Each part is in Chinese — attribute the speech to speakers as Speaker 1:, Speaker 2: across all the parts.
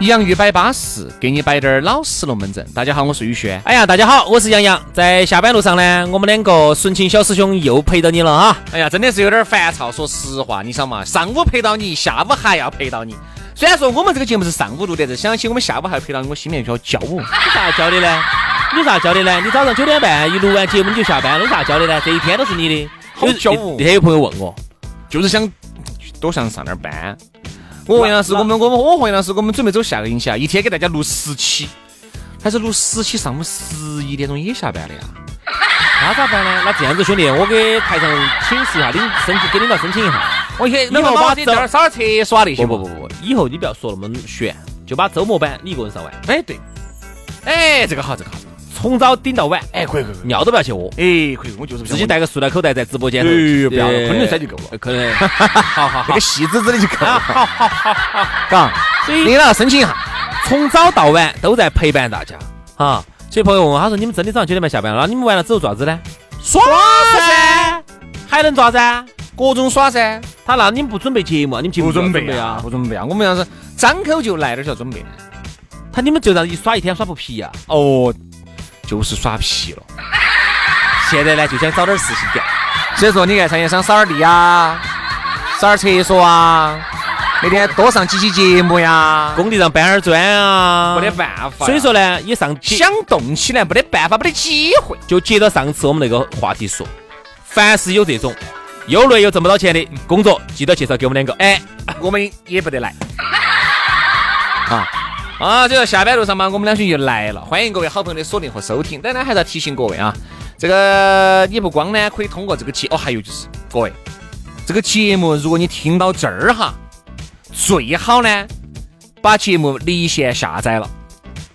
Speaker 1: 洋芋摆巴适，给你摆点儿老实龙门阵。大家好，我是宇轩。哎呀，大家好，我是杨洋。在下班路上呢，我们两个纯情小师兄又陪到你了啊！哎呀，真的是有点烦躁。说实话，你想嘛，上午陪到你，下午还要陪到你。虽然说我们这个节目是上午录的，这想起我们下午还要陪到你，我心里面有点骄傲。
Speaker 2: 你咋教的呢？你咋教的呢？你早上九点半一录完节目你就下班了，你咋教的呢？这一天都是你的。
Speaker 1: 好骄傲
Speaker 3: 哦
Speaker 2: 那，天有朋友问我，
Speaker 1: 就是想多想上点儿班。我和杨老师，我们我们我和杨老师，我们准备走下个星期啊，一天给大家录十期，但是录十期上午十一点钟也下班了呀。
Speaker 2: 那咋办呢？那这样子，兄弟，我给台上请示一下，领申请给领导申请一下。
Speaker 1: 我去，
Speaker 2: 以后把这
Speaker 1: 点少儿厕所那些
Speaker 2: 不不不不，以后你不要说那么悬，就把周末版你一个人上完，
Speaker 1: 哎，对，哎，这个好，这个好，
Speaker 2: 从早顶到晚，
Speaker 1: 哎，可以可以可
Speaker 2: 尿都不要去屙，
Speaker 1: 以，哎，可以，我就是不
Speaker 2: 自
Speaker 1: 想
Speaker 2: 己带个塑料口袋在直播间头。
Speaker 1: 哎，不要了，
Speaker 2: 对呃
Speaker 1: 昆仑山就够了，
Speaker 2: 可能，好好
Speaker 1: 那
Speaker 2: 好
Speaker 1: 个，细致子的就够了。
Speaker 2: 好好好好，
Speaker 1: 嘎，
Speaker 2: 所以
Speaker 1: 领导申请一下，
Speaker 2: 从早到晚都在陪伴大家啊。所以朋友问我，他说你们真的早上九点半下班了，那你们完了之后做啥子呢？耍噻，还能做啥子啊？
Speaker 1: 各种耍噻，
Speaker 2: 他那你们不准备节目啊，你们节目要备啊？
Speaker 1: 不准备啊，我们要是张口就来点就要准备。
Speaker 2: 他你们就这样一耍一天耍不皮啊呀、
Speaker 1: 哦，就是耍皮了。
Speaker 2: 现在呢，就想找点事情干。
Speaker 1: 所以说，你看，常也想扫点地啊，扫点厕所啊，每天多上几期节目呀，
Speaker 2: 工地上搬点砖啊，
Speaker 1: 没得办法。
Speaker 2: 所以，说呢，也上接
Speaker 1: 想动起来没得办法，没得机会。
Speaker 2: 就接到上次我们那个话题说，凡是有这种又累又挣不到钱的工作，记得介绍给我们两个。哎，
Speaker 1: 哎，我们也不得来。啊啊！就在下班路上嘛，我们两兄弟就来了。欢迎各位好朋友的锁定和收听。当然还是要提醒各位啊，这个你不光呢可以通过这个节哦，还有就是各位这个节目，如果你听到这儿哈，最好呢把节目离线下载了，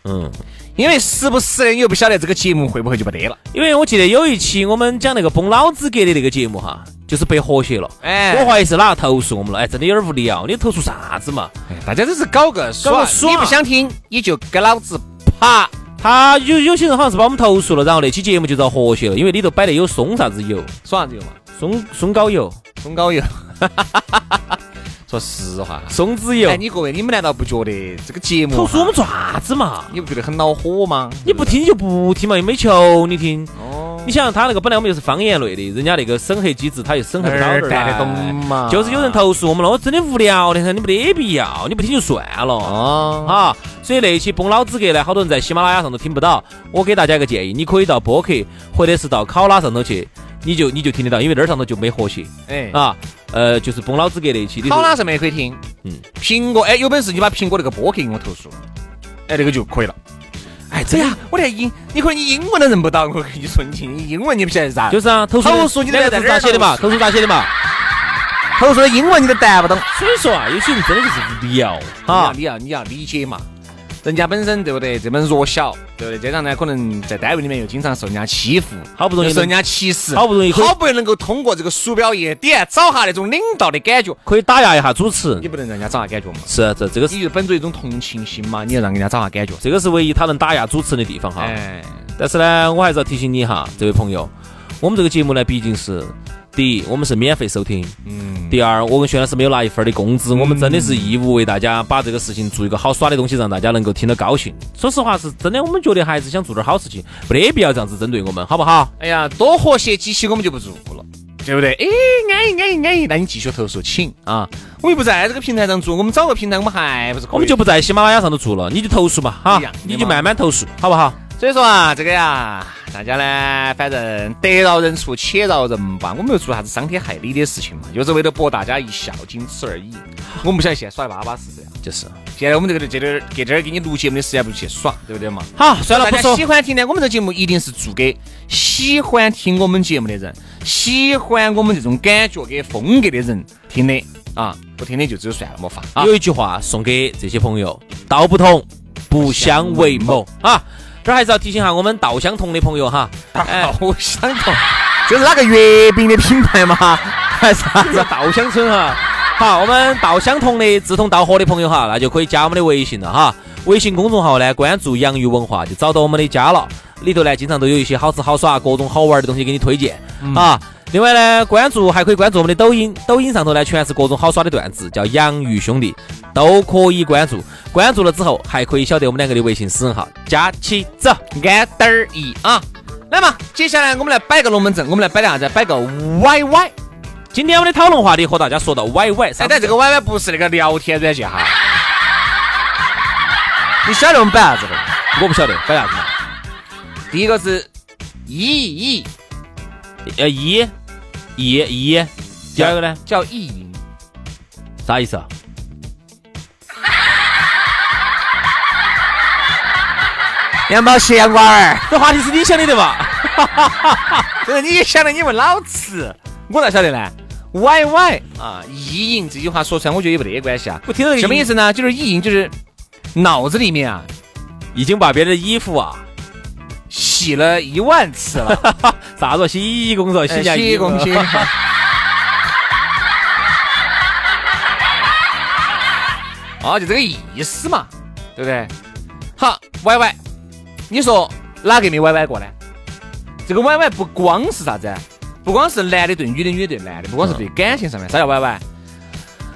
Speaker 2: 嗯，
Speaker 1: 因为时不时的你又不晓得这个节目会不会就没得了。
Speaker 2: 因为我记得有一期我们讲那个崩老资格的那个节目哈，就是被和谐了。
Speaker 1: 哎
Speaker 2: 我怀疑是哪个投诉我们了？哎，真的有点无聊，你投诉啥子嘛？
Speaker 1: 大家只是搞个
Speaker 2: 搞
Speaker 1: 耍，
Speaker 2: 个耍
Speaker 1: 你不想听你就给老子趴。
Speaker 2: 他有有些人好像是把我们投诉了，然后那期节目就遭和谐了，因为里头摆的有松啥子油，
Speaker 1: 耍啥子油嘛？
Speaker 2: 松松糕油、
Speaker 1: 中高油。说实话，
Speaker 2: 松子油
Speaker 1: 哎，。你各位，你们难道不觉得这个节目
Speaker 2: 投诉我们
Speaker 1: 哈
Speaker 2: 做啥子嘛？
Speaker 1: 你不觉得很恼火吗？
Speaker 2: 你不听你就不听嘛，又没求你听。
Speaker 1: 哦，
Speaker 2: 你想他那个本来我们又是方言类的，人家那个审核机制他又审核不到
Speaker 1: 哪儿
Speaker 2: 这儿
Speaker 1: 哎带得
Speaker 2: 来
Speaker 1: 动嘛
Speaker 2: 就是有人投诉我们了，我真的无聊的很，你没得必要，你不听就算了。
Speaker 1: 哦，
Speaker 2: 啊，所以那一期崩老资格呢，好多人在喜马拉雅上都听不到。我给大家一个建议，你可以到播客或者是到考拉上头去，你就你就听得到，因为那儿上头就没和谐
Speaker 1: 哎，
Speaker 2: 啊。呃，就是崩老资格那一期里头
Speaker 1: 好，啦，上面也可以听。
Speaker 2: 嗯
Speaker 1: 苹果，哎，有本事你把苹果那个播客给我投诉，哎，那个就可以了。
Speaker 2: 哎，
Speaker 1: 对
Speaker 2: 这样
Speaker 1: 呀，我连英，你可能你英文都认不到，我跟你说，你听你英文你不晓得啥，
Speaker 2: 就是啊，投诉
Speaker 1: 投诉你的
Speaker 2: 两个字咋
Speaker 1: 在这儿
Speaker 2: 写的嘛？
Speaker 1: 投
Speaker 2: 投诉咋写的 嘛？
Speaker 1: 投诉的英文你都带不懂。
Speaker 2: 所以说啊，有些人真的就是无聊
Speaker 1: 啊
Speaker 2: 啊，。
Speaker 1: 你要你要理解嘛，人家本身对不对，这么弱小，对不对？加上呢，可能在单位里面又经常受人家欺负，
Speaker 2: 好不容易
Speaker 1: 又受人
Speaker 2: 能
Speaker 1: 家歧视，
Speaker 2: 好不容易可以
Speaker 1: 好不容易能够通过这个鼠标一点找下那种领导的感觉，
Speaker 2: 可以打压一下主持
Speaker 1: 你
Speaker 2: 人。
Speaker 1: 不能让人家找下感觉嘛，
Speaker 2: 是啊这这个是
Speaker 1: 你就本着一种同情心嘛，你要让人家找下感觉。
Speaker 2: 这个是唯一他能打压主持人的地方哈。
Speaker 1: 哎，
Speaker 2: 但是呢，我还是要提醒你哈，这位朋友，我们这个节目呢，毕竟是第一，我们是免费收听；
Speaker 1: 嗯，
Speaker 2: 第二，我跟轩老师没有拿一分儿的工资，我们真的是义务为大家把这个事情做一个好耍的东西，让大家能够听得高兴。说实话，是真的，我们觉得还是想做点好事情，没得必要这样子针对我们，好不好？
Speaker 1: 哎呀，多和谐几期我们就不做了。对不对？哎，安逸安逸安逸，那你继续投诉，请啊！我们又不在这个平台上做，我们找个平台，我们还不是可以啊
Speaker 2: 我们就不在喜马拉雅上头做了，你就投诉嘛，哈
Speaker 1: 一样，
Speaker 2: 你
Speaker 1: 对
Speaker 2: 就
Speaker 1: 吗
Speaker 2: 慢慢投诉，好不好？
Speaker 1: 所以说啊，这个呀，大家呢，反正得饶人处且饶人吧，我没有做啥子伤天害理的事情嘛，就是为了博大家一笑，仅此而已。我们不晓得现在耍的巴巴适不适
Speaker 2: 就是。
Speaker 1: 现在我们这个这点儿给这儿给你录节目的时间，不就去耍，对不对嘛？
Speaker 2: 好，算了，不
Speaker 1: 大家
Speaker 2: 说
Speaker 1: 喜。欢听的，我们这节目一定是做给喜欢听我们节目的人，喜欢我们这种感觉跟风格的人听的啊，不听的就只有算了，没法啊。
Speaker 2: 有一句话送给这些朋友：道不同，不相为谋啊！这儿还是要提醒下我们道相同的朋友哈。哎，
Speaker 1: 稻香同，就是那个月饼的品牌嘛，还是啥子？
Speaker 2: 稻香村哈。好，我们道相同的、志同道合的朋友哈，那就可以加我们的微信了哈。微信公众号呢，关注“洋芋文化”，就找到我们的家了。里头呢，经常都有一些好吃好耍、各种好玩的东西给你推荐、啊。另外呢，关注还可以关注我们的抖音，抖音上头呢全是各种好耍的段子，叫“洋芋兄弟”，都可以关注。关注了之后，还可以晓得我们两个的微信私人号，加起走。
Speaker 1: 安德儿一啊，来嘛，接下来我们来摆个龙门阵，我们来摆个啥子？摆个 YY。
Speaker 2: 今天我们的讨论话题和大家说到 YY，
Speaker 1: 哎，
Speaker 2: 啥
Speaker 1: 但这个 YY 不是那个聊天软件哈， 你晓得我们摆啥子的？
Speaker 2: 我不晓得，摆啥子？
Speaker 1: 第一个是意义，
Speaker 2: 呃，一，一，一，第二个呢？
Speaker 1: 叫意义，
Speaker 2: 啥意思啊？
Speaker 1: 羊毛鞋羊瓜儿。
Speaker 2: 这话题是你想的对吧？
Speaker 1: 这个你也想得你问老子，我咋晓得呢？Y Y 啊，意淫这句话说出来，我觉得也没得关系啊。
Speaker 2: 我听到这个
Speaker 1: 什么意
Speaker 2: 思？
Speaker 1: 思呢？就是意淫，就是脑子里面啊
Speaker 2: 已经把别人的衣服啊，
Speaker 1: 洗了一万次了，
Speaker 2: 啥子洗衣
Speaker 1: 呃
Speaker 2: 工作，呃洗下
Speaker 1: 洗
Speaker 2: 衣
Speaker 1: 公
Speaker 2: 工，
Speaker 1: 斤。 啊，就这个意思嘛，对不对？好，Y Y，你说哪个没 Y Y 过呢？这个 Y Y 不光是啥子啊，不光是男的对女的，女的对男的，不光是对感情上面，啥叫 Y Y？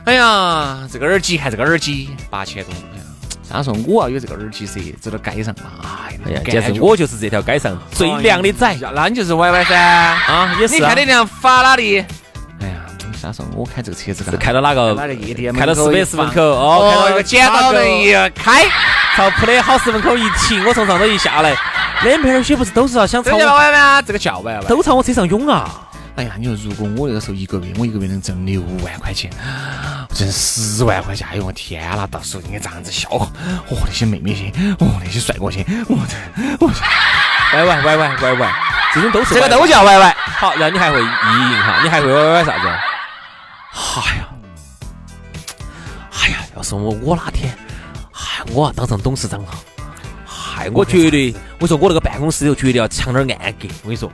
Speaker 1: 哎呀，这个耳机还这个耳机八千多，哎呀，啥时候我啊要有这个耳机噻，走到街上啊，
Speaker 2: 哎呀，
Speaker 1: 那种
Speaker 2: 简
Speaker 1: 感
Speaker 2: 直
Speaker 1: 觉
Speaker 2: 我就是这条街上最靓的仔
Speaker 1: 哎呀 那你就是 Y Y 噻。
Speaker 2: 啊！也是
Speaker 1: 你
Speaker 2: 啊，
Speaker 1: 看那辆法拉利，哎呀，啥时候我开这个车子
Speaker 2: 是？开到哪个？
Speaker 1: 那个夜店门
Speaker 2: 开到
Speaker 1: 口
Speaker 2: 斯
Speaker 1: 一
Speaker 2: 北市门
Speaker 1: 放
Speaker 2: 口哦，看
Speaker 1: 哦，
Speaker 2: 到
Speaker 1: 一个剪刀人一开，
Speaker 2: 朝普的好市门口一停，我从上头一下来，那边儿些不是都是啊，想
Speaker 1: 这
Speaker 2: 朝
Speaker 1: 个叫
Speaker 2: 我
Speaker 1: Y Y 吗？这个叫 Y Y。
Speaker 2: 都朝我车上涌啊！
Speaker 1: 哎呀，你说如果我那个时候一个月，我一个月能挣六万块钱，我挣十万块钱，哎呦我天啦，到时候应该咋样子笑？哦，那些妹妹些，哦那些帅哥些，我这我
Speaker 2: 歪歪 歪歪歪歪，这种都是
Speaker 1: 这个
Speaker 2: 歪歪
Speaker 1: 都叫 Y Y。
Speaker 2: 好，然后你还会意淫哈，你还会歪歪啥子？哎呀，哎呀，要是我我哪天，哎，我要当上董事长了，哎，我绝对，我说我那个办公室里头绝对要藏点暗格，我跟你说，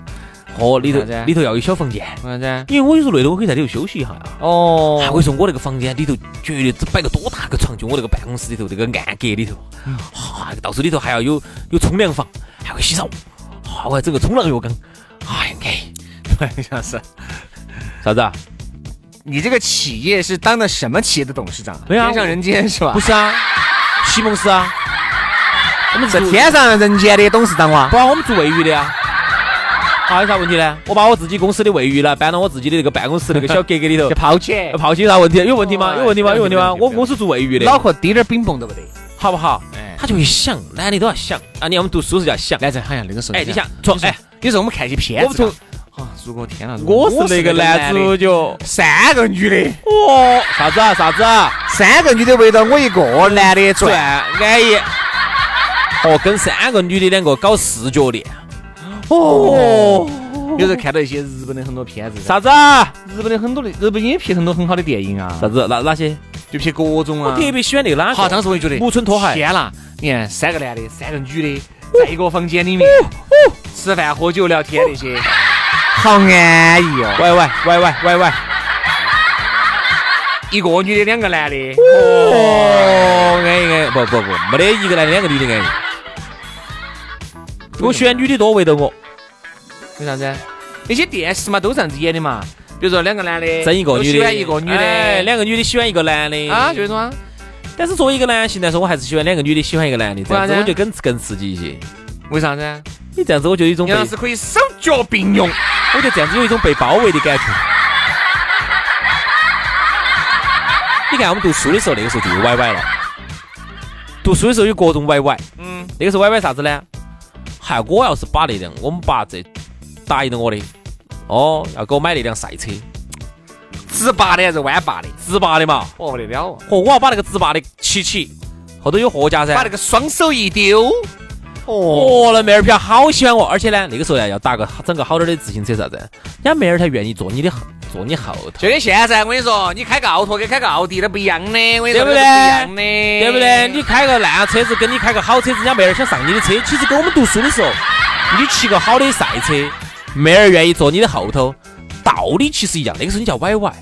Speaker 2: 哦，里头
Speaker 1: 啥子啊
Speaker 2: 里头要有小房间，
Speaker 1: 啥子？
Speaker 2: 因为我有时候累了，我可以在里头休息一下啊。哎，我
Speaker 1: 哦，
Speaker 2: 跟你说，我那个房间里头绝对只摆个多大个床，就我那个办公室里头这个暗格里头，哈、到时候里头还要有有冲凉房，还会洗澡，哈、我还整个冲浪浴缸，哎哎，
Speaker 1: 像是
Speaker 2: 啥子啊？
Speaker 1: 你这个企业是当的什么企业的董事长？
Speaker 2: 对啊
Speaker 1: 天上人间是吧
Speaker 2: 不？是啊，席梦思啊，我们
Speaker 1: 是
Speaker 2: 做
Speaker 1: 天上人间的董事长哇！
Speaker 2: 不啊，我们做卫浴的啊。啊，有啥问题呢？我把我自己公司的卫浴呢搬到我自己的那个办公室那个小格格里头
Speaker 1: 去，泡姐，
Speaker 2: 泡起有啥问题？有问题吗？
Speaker 1: 哦
Speaker 2: 有问题吗？
Speaker 1: 哎
Speaker 2: 有问题吗？
Speaker 1: 不要
Speaker 2: 我
Speaker 1: 紧
Speaker 2: 我是做卫浴
Speaker 1: 脑
Speaker 2: 的，
Speaker 1: 壳滴点儿冰崩都不得。
Speaker 2: 好不好？
Speaker 1: 哎，
Speaker 2: 他就会想，男的都要想啊。你看我们读书是叫想，
Speaker 1: 男人好像那个时候，
Speaker 2: 哎，你想，从哎，
Speaker 1: 有时候我们看一些片
Speaker 2: 我
Speaker 1: 子
Speaker 2: 从
Speaker 1: 吧，啊，如果天哪，如果
Speaker 2: 我是那个男主
Speaker 1: 的，
Speaker 2: 角，
Speaker 1: 三个女的，
Speaker 2: 哦，啥子啊？啥子啊？
Speaker 1: 三个女的围绕我一个男的
Speaker 2: 转
Speaker 1: 转，
Speaker 2: 安逸，哦，跟三个女的两个搞视觉恋，哦，
Speaker 1: 有时候看到一些日本的很多片子，
Speaker 2: 啥子啊？
Speaker 1: 日本的很多的日本也拍很多很好的电影啊
Speaker 2: 啥，子？哪哪些？
Speaker 1: 就拍各种
Speaker 2: 我
Speaker 1: 啊，
Speaker 2: 特别喜欢那个哪个？
Speaker 1: 好，当时我就觉得
Speaker 2: 木村拓海
Speaker 1: 天啦，你看三个男的，三个女的，在一个房间里面吃饭、喝酒、聊天那些，好安逸哦。
Speaker 2: 喂喂喂喂喂喂，
Speaker 1: 一个女的，两个男的，
Speaker 2: 哦，安逸安逸，不不不，没得一个男的两个女的安逸。我喜欢女的多围着我，
Speaker 1: 为啥子？那些电视嘛都这样子演的嘛，比如说两个男的，
Speaker 2: 真一个
Speaker 1: 都
Speaker 2: 女的，
Speaker 1: 喜欢一个女的，
Speaker 2: 哎，两个女的喜欢一个男的
Speaker 1: 啊，就是这种啊。
Speaker 2: 但是作为一个男性来说，我还是喜欢两个女的喜欢一个男的，这样子
Speaker 1: 为啥啊
Speaker 2: 我
Speaker 1: 呢
Speaker 2: 觉得更更刺激一些。
Speaker 1: 为啥子？
Speaker 2: 你这样子，我就有一种
Speaker 1: 你
Speaker 2: 被，
Speaker 1: 要是
Speaker 2: 我
Speaker 1: 可以手脚并用，
Speaker 2: 觉得这样子有一种被包围的感觉。你看我们读书的时候，那个时候就有歪歪了。读书的时候有各种歪歪，
Speaker 1: 嗯，
Speaker 2: 那个时候歪歪啥子呢？嗨，我要是把那辆我们爸这答应了我的，哦，要给我买那辆赛车，
Speaker 1: 直拔的还是弯拔的？
Speaker 2: 直拔的嘛，
Speaker 1: 哦，不得了哦！
Speaker 2: 哦，我要把那个直拔的骑起，后头有货架噻。
Speaker 1: 把那个双手一丢，哦，
Speaker 2: 哦，那妹儿票好喜欢我，而且呢，那个时候呢要搭个整个好点儿的自行车啥子，人家妹儿才愿意坐你的后坐你后头，
Speaker 1: 就跟现在我跟你说，你开个奥拓跟开个奥迪那不一样的，我跟你
Speaker 2: 对
Speaker 1: 说
Speaker 2: 不
Speaker 1: 那个不
Speaker 2: 对
Speaker 1: 一样的，对
Speaker 2: 对不对？你开个烂车子跟你开个好车子，人家妹儿想上你的车，其实跟我们读书的时候，你骑个好的赛车，妹儿愿意坐你的后头，道理其实一样。那个时候你叫歪歪。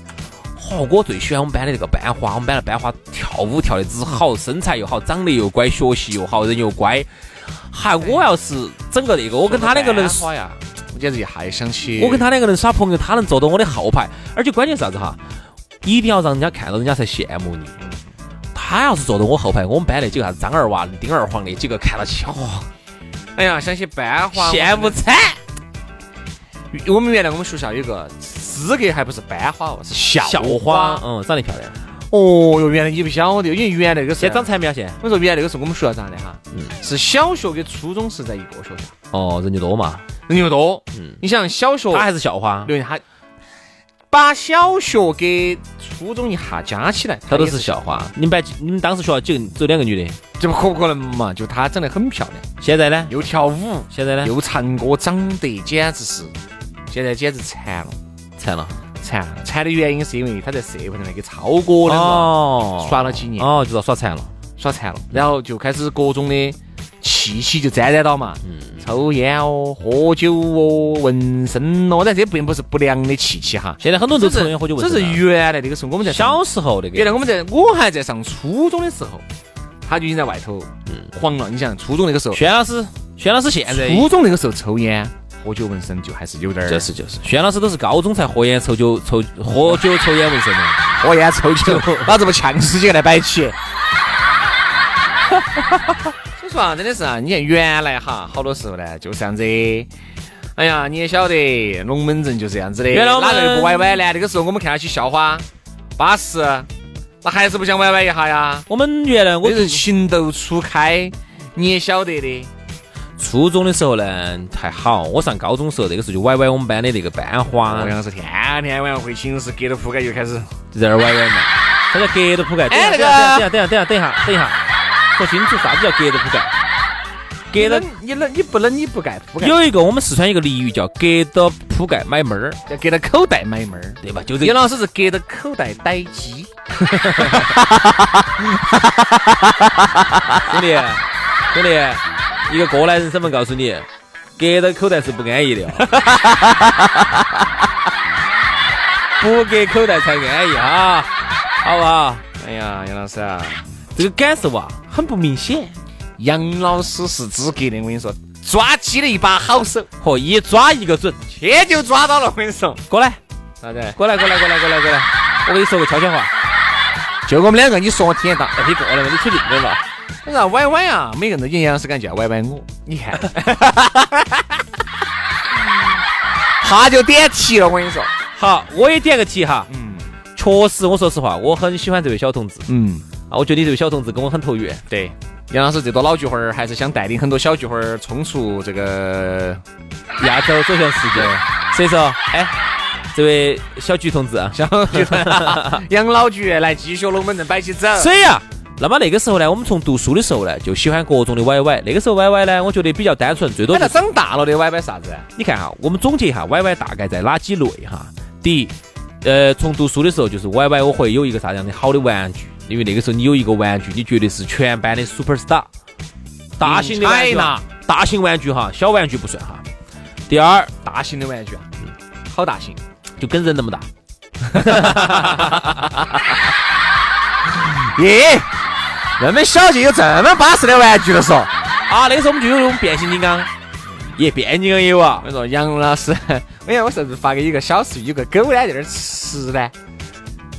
Speaker 2: 哦，我最喜欢我们班的那个班花，我们班的班花跳舞跳得之好，身材又好，长得又乖，学习又好，人又乖。嗨，我要是整个那个，我跟他两个能
Speaker 1: 耍呀，我简直一下想起
Speaker 2: 我跟他两个人耍朋友，他能坐到我的后排，而且关键是啥子哈？一定要让人家看到，人家才羡慕你。他要是坐到我后排，我们班那几个啥子张二娃、丁二黄那几个看到起，哦，
Speaker 1: 哎呀，想起班花，
Speaker 2: 羡慕惨。
Speaker 1: 我们原来我们学校有一个资格还不是班花哦，是校
Speaker 2: 校花，嗯，长得漂亮。
Speaker 1: 哦哟，原来你不晓得，因为原来那个时
Speaker 2: 现在
Speaker 1: 候
Speaker 2: 长，残没有？现在？
Speaker 1: 我说原来那个时候我们学校长的哈
Speaker 2: 嗯，
Speaker 1: 是小学跟初中是在一个学校，
Speaker 2: 哦，人就多嘛。
Speaker 1: 人又多。
Speaker 2: 嗯，
Speaker 1: 你想小学
Speaker 2: 他还是校花，
Speaker 1: 留下，把小学跟初中一下加起来，
Speaker 2: 他都是校花。你们班几你们当时学校几个只有两个女的，
Speaker 1: 这不可可能嘛？就她长得很漂亮，
Speaker 2: 现在呢？
Speaker 1: 又跳舞，
Speaker 2: 现在呢？
Speaker 1: 又唱歌，长得简直是，现在简直馋了，
Speaker 2: 残了。
Speaker 1: 馋了。馋的原因是因为她在社会上面给超哥两个
Speaker 2: 哦，
Speaker 1: 耍了几年，
Speaker 2: 哦，就遭耍残了。
Speaker 1: 耍馋了，然后就开始各种的气息就沾染到嘛，
Speaker 2: 嗯
Speaker 1: 抽烟哦，喝酒哦，纹身哦，但这并不是不良的气息哈。
Speaker 2: 现在很多人
Speaker 1: 只
Speaker 2: 都抽
Speaker 1: 是
Speaker 2: 烟喝酒，
Speaker 1: 只是原来那个时候我们在上
Speaker 2: 小时候那个
Speaker 1: 原来我们在我还在上初中的时候，他就已经在外头黄了。你想初中那个时候，
Speaker 2: 轩老师，轩老师现嗯在
Speaker 1: 初中那个时候抽烟、喝酒、纹身就还是有点儿。
Speaker 2: 就是就是，轩老师都是高中才喝烟、抽酒、抽喝酒、抽烟纹身的。
Speaker 1: 喝烟抽酒，老子不呛死几个来摆起。 所以说啊，真的是啊，你看原来哈，好多时候呢就这样子。哎呀，你也晓得，龙门阵就这样子的。
Speaker 2: 原来我们
Speaker 1: 哪个又不歪歪呢？那个时候我们看下去校花，巴适，那还是不想歪歪一下呀？
Speaker 2: 我们原来我
Speaker 1: 这是情窦初开，你也晓得的。
Speaker 2: 初中的时候呢还好，我上高中的时候那个时候就歪歪我们班的那个班花
Speaker 1: 我，杨是天天晚上回寝室，隔着铺盖就开始。
Speaker 2: 在那儿歪歪嘛，他叫格斗铺盖。等一
Speaker 1: 哎
Speaker 2: 下等一下等一下等一下等一下等一下，说清楚啥子叫格斗铺盖。
Speaker 1: 你
Speaker 2: 格斗
Speaker 1: 冷，你冷，你不冷，你不盖铺盖，
Speaker 2: 有一个我们四川一个俚语叫格斗铺盖买妹儿，
Speaker 1: 要隔着口袋买妹儿。
Speaker 2: 对吧？就这
Speaker 1: 叶
Speaker 2: 个。
Speaker 1: 老师是隔着口袋逮鸡，
Speaker 2: 兄弟，兄弟，一个过来人身份告诉你，割到口袋是不安逸的 哦，不割口袋才安逸啊，好不好？
Speaker 1: 哎呀，杨老师啊，
Speaker 2: 这个感受啊，很不明显。
Speaker 1: 杨老师是资格的，我跟你说，抓鸡的一把好手，
Speaker 2: 嚯，一抓一个准，
Speaker 1: 这就抓到了，我跟你说。
Speaker 2: 过来，
Speaker 1: 啥子？
Speaker 2: 过来，过来，过来，过来，过来，我跟你说个悄悄话，
Speaker 1: 就我们两个，你说我听得到。
Speaker 2: 哎，你过来嘛，你出去了嘛。
Speaker 1: 我说歪歪啊，每个人都阴阳师感觉歪歪我，你看，他就点题了，我跟你说。
Speaker 2: 好，我也点个题哈，
Speaker 1: 嗯
Speaker 2: 确实，我说实话，我很喜欢这位小同志
Speaker 1: 嗯。
Speaker 2: 啊，我觉得你这位小同志跟我很投缘。
Speaker 1: 对，杨老师这朵老菊花儿还是想带领很多小菊花儿冲出这个
Speaker 2: 亚洲走向世界。所以说，哎，这位小菊同志啊，
Speaker 1: 小菊花养老菊来继续龙门阵摆起走。
Speaker 2: 所以啊，那么那个时候呢，我们从读书的时候呢，就喜欢各种的 YY。那个时候 YY 呢，我觉得比较单纯，最多
Speaker 1: 哎，
Speaker 2: 就
Speaker 1: 那
Speaker 2: 是
Speaker 1: 长大了的歪摆啥子？
Speaker 2: 你看哈，我们总结一下 YY 大概在哪几类哈。第一，呃，从读书的时候就是 YY，我会有一个啥样的好的玩具，因为那个时候你有一个玩具，你绝对是全班的 super star，大型的玩具啊，大型玩具哈，小玩具不算哈。第二，
Speaker 1: 大型的玩具啊，好大型，
Speaker 2: 就跟人那么大，
Speaker 1: 耶，那么小就有这么巴适的玩具了嗦。
Speaker 2: 啊，那个时候我们就有那种变形金刚，也变形金刚也有啊
Speaker 1: 我。跟你说，杨老师， 我想我上次发给一个小视频，有个狗呢在那儿吃呢，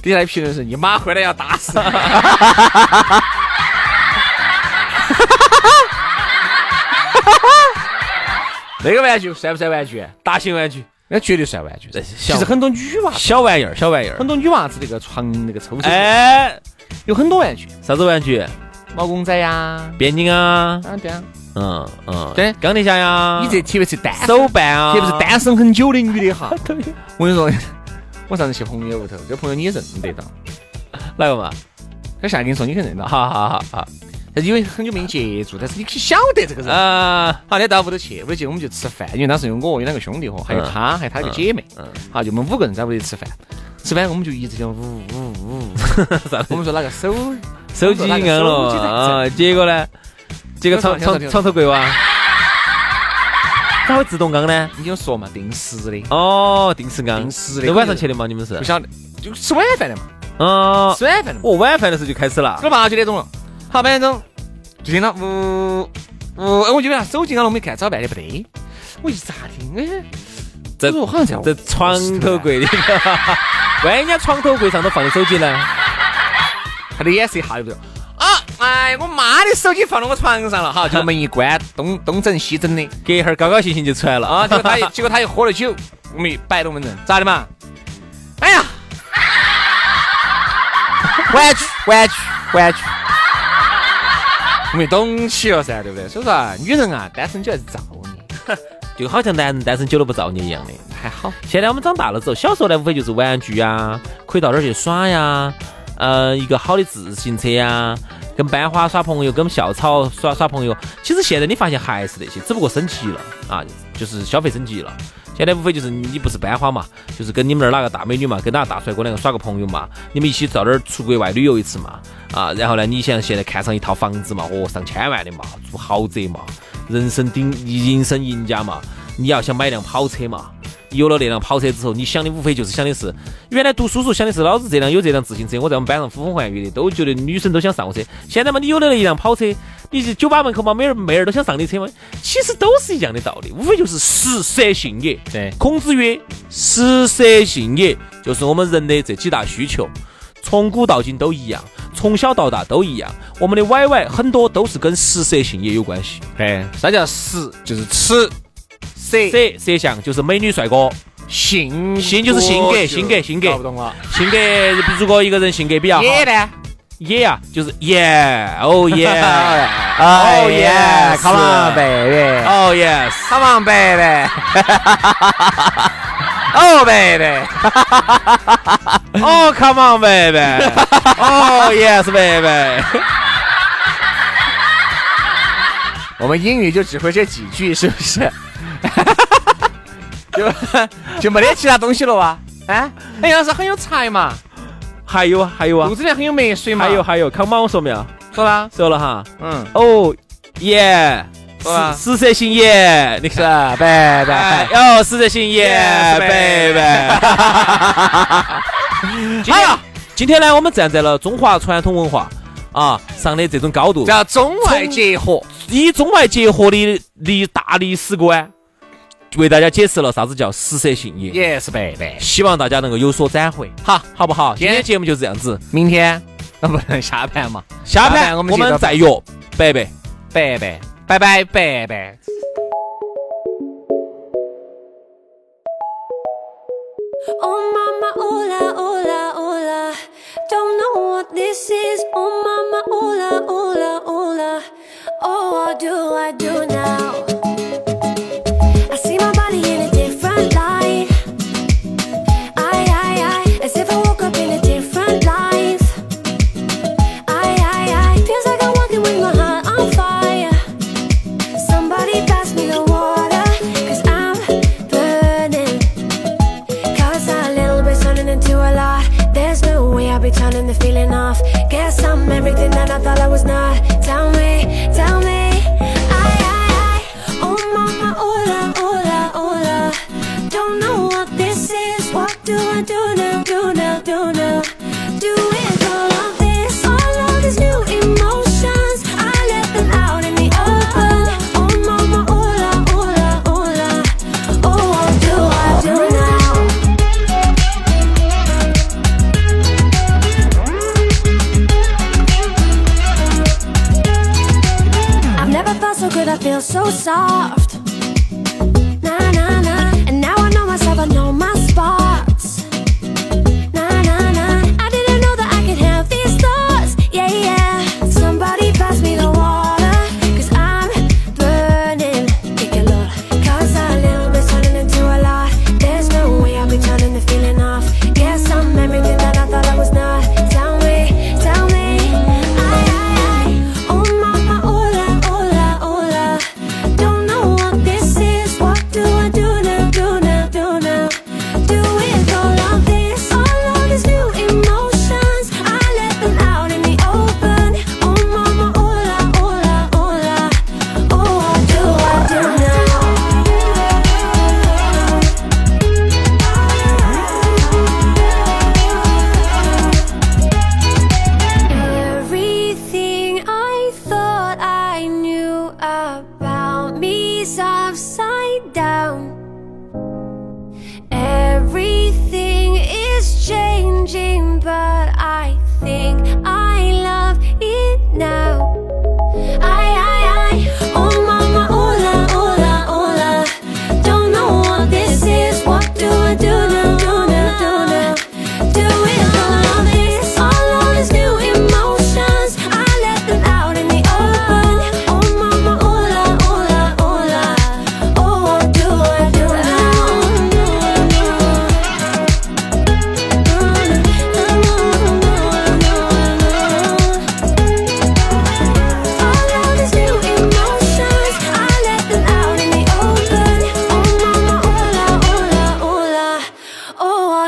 Speaker 1: 底下的评论是你妈回来要打 死你。那个玩具算不算玩具？
Speaker 2: 大型玩具，
Speaker 1: 那绝对算玩具。
Speaker 2: 这
Speaker 1: 其实很多女娃，
Speaker 2: 小玩意儿，小玩意儿
Speaker 1: 很。多女娃子那个床那个抽屉，哎，
Speaker 2: 哎，
Speaker 1: 有很多玩具，
Speaker 2: 啥子玩具？
Speaker 1: 毛公仔呀，
Speaker 2: 变形金刚啊，
Speaker 1: 啊对啊，
Speaker 2: 嗯嗯，
Speaker 1: 对
Speaker 2: 钢铁侠呀，
Speaker 1: 你这特别是单身，
Speaker 2: 手办啊，
Speaker 1: 特别是单身很久的女的 哈，我跟你说， 我上次去朋友屋头，这朋友你也认得到，
Speaker 2: 来个嘛，
Speaker 1: 他下来跟你说你肯定认得到，
Speaker 2: 好好好好，
Speaker 1: 但因为很久没接触，但是你晓得这个人。
Speaker 2: 啊，
Speaker 1: 好，那到屋头去，屋头去我们就吃饭，因为当时有我有两个兄弟伙，还有
Speaker 2: 嗯
Speaker 1: 他，还有他一个姐妹，好，就我们五个人在屋头吃饭，吃饭我们就一直讲呜呜 呜，我们说哪个手
Speaker 2: 手机摁了啊，结果呢，结果床床床头柜哇，咋会自动刚呢？
Speaker 1: 你就说嘛，定时的，
Speaker 2: 哦，定时刚，
Speaker 1: 定时的
Speaker 2: 那晚上去的嘛，你们是
Speaker 1: 不？晓得就吃晚饭的嘛，
Speaker 2: 哦，
Speaker 1: 吃晚饭的嘛，
Speaker 2: 哦，晚饭的时候就开始了
Speaker 1: 吃，了八九点钟了，好，八点钟就听到呜呜，哎我就把手机按了，我没看，找半天不得，我一咋听哎，
Speaker 2: 在
Speaker 1: 我说好像在我
Speaker 2: 在床头柜 里，万一人家床头柜上头放的手机呢？
Speaker 1: 他的眼色一下就不对了。啊，哎，我妈的手机放到我床 上了哈，就门一关，东东整西整的
Speaker 2: 隔一会儿高高兴兴就出来了
Speaker 1: 啊，
Speaker 2: 啊
Speaker 1: 结果他一结果他又喝了酒，我们一摆龙门阵，咋的嘛？哎呀，玩具玩具玩具，我们懂起了噻，对不对？所以说啊，女人啊，单身就要造孽，
Speaker 2: 就好像男人单身久了不造孽一样的。
Speaker 1: 还好，
Speaker 2: 现在我们长大了之后，小时候呢，无非就是玩具呀，可以到哪儿去耍呀，呃，一个好的自行车呀，跟班花耍朋友，跟校草耍耍朋友。其实现在你发现还是那些，只不过升级了啊，就是消费升级了。现在无非就是你不是班花嘛，就是跟你们那儿哪个大美女嘛，跟哪个大帅哥两个耍个朋友嘛，你们一起到哪儿出国外旅游一次嘛，啊，然后呢，你像现在看上一套房子嘛，哦，上千万的嘛，住豪宅嘛，人生顶人生赢家嘛，你要想买辆跑车嘛，有了那辆跑车之后，你想的无非就是想的是，原来读叔叔想的是老子这辆有这辆自行车，我在我们班上呼风唤雨的，都觉得女生都想上我车。现在嘛，你有了一辆跑车，你去酒吧门口嘛，每儿妹儿都想上你车嘛，其实都是一样的道理，无非就是食色性也。
Speaker 1: 对
Speaker 2: 孔子曰：“食色性也”，就是我们人的这几大需求，从古到今都一样，从小到大都一样。我们的 YY 很多都是跟食色性也有关系。
Speaker 1: 对，啥叫食？就是吃，色
Speaker 2: 色色相就是美女帅哥，
Speaker 1: 性
Speaker 2: 性就是性格
Speaker 1: 我就
Speaker 2: 性格性格
Speaker 1: 搞不懂了。
Speaker 2: 性格如果一个人性格比较好，
Speaker 1: 野呢？
Speaker 2: 也呀、就是耶哦耶
Speaker 1: 哎哦耶，Come on baby，
Speaker 2: 哦 yes，
Speaker 1: Come on, baby. oh, baby.
Speaker 2: oh come on baby，哦 yes baby，
Speaker 1: 我们英语就只会这几句，是不是？ 就就没得其他东西了哇？啊，哎，杨老师很有才嘛，
Speaker 2: 还有还有啊
Speaker 1: 肚，子里很有墨水嘛。
Speaker 2: 还有还有，come on 说没有？
Speaker 1: 说啦，
Speaker 2: 说了哈，
Speaker 1: 哎嗯，
Speaker 2: 哦耶，
Speaker 1: 说啊
Speaker 2: 食食色性也，你
Speaker 1: 是
Speaker 2: 看。
Speaker 1: 拜
Speaker 2: 哎
Speaker 1: 拜。
Speaker 2: 哦，食色性也
Speaker 1: Yes,
Speaker 2: baby。今天啊，今天呢，我们站在了中华传统文化啊上的这种高度，
Speaker 1: 叫中外结合，
Speaker 2: 以中外结合的历大历史观，为大家解释了啥子叫食色性也。
Speaker 1: 也是拜拜。
Speaker 2: 希望大家能够有所斩获，好，好不好？今天节目就这样子，
Speaker 1: 明天啊，不能下盘嘛，
Speaker 2: 下
Speaker 1: 下
Speaker 2: 盘
Speaker 1: 盘
Speaker 2: 我
Speaker 1: 我们接着
Speaker 2: 们再约，拜拜。
Speaker 1: 拜拜，拜拜，拜拜。
Speaker 4: Oh mama, hola, hola, hola. Don't know what this is. Oh mama, hola, hola, hola. Oh, what do I do now? I see my body in a different light. I, I, I, as if I woke up in a different life. I, I, I, feels like I'm walking with my heart on fire. Somebody pass me the water, cause I'm burning. Cause a little bit's turning into a lot. There's no way I'll be turning the feeling off. Guess I'm everything that I thought I was not. Tell me, tell me. I, I, I. Oh, mama, hola, hola, hola. Don't know what this is. What do I do now? Do now, do now. Do it all of this, all of these new emotions. I let them out in the open. Oh, mama, hola, hola, hola. Oh, what do I do now? I've never felt so good, I feel so soft. Nah, nah, nah. And now I know myself, I know my spots. Nah, nah, nah. I didn't know that I could have these thoughts. Yeah, yeah. Somebody pass me the water, cause I'm. Oh, Oh, Oh,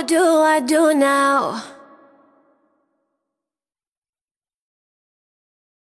Speaker 4: do I do now?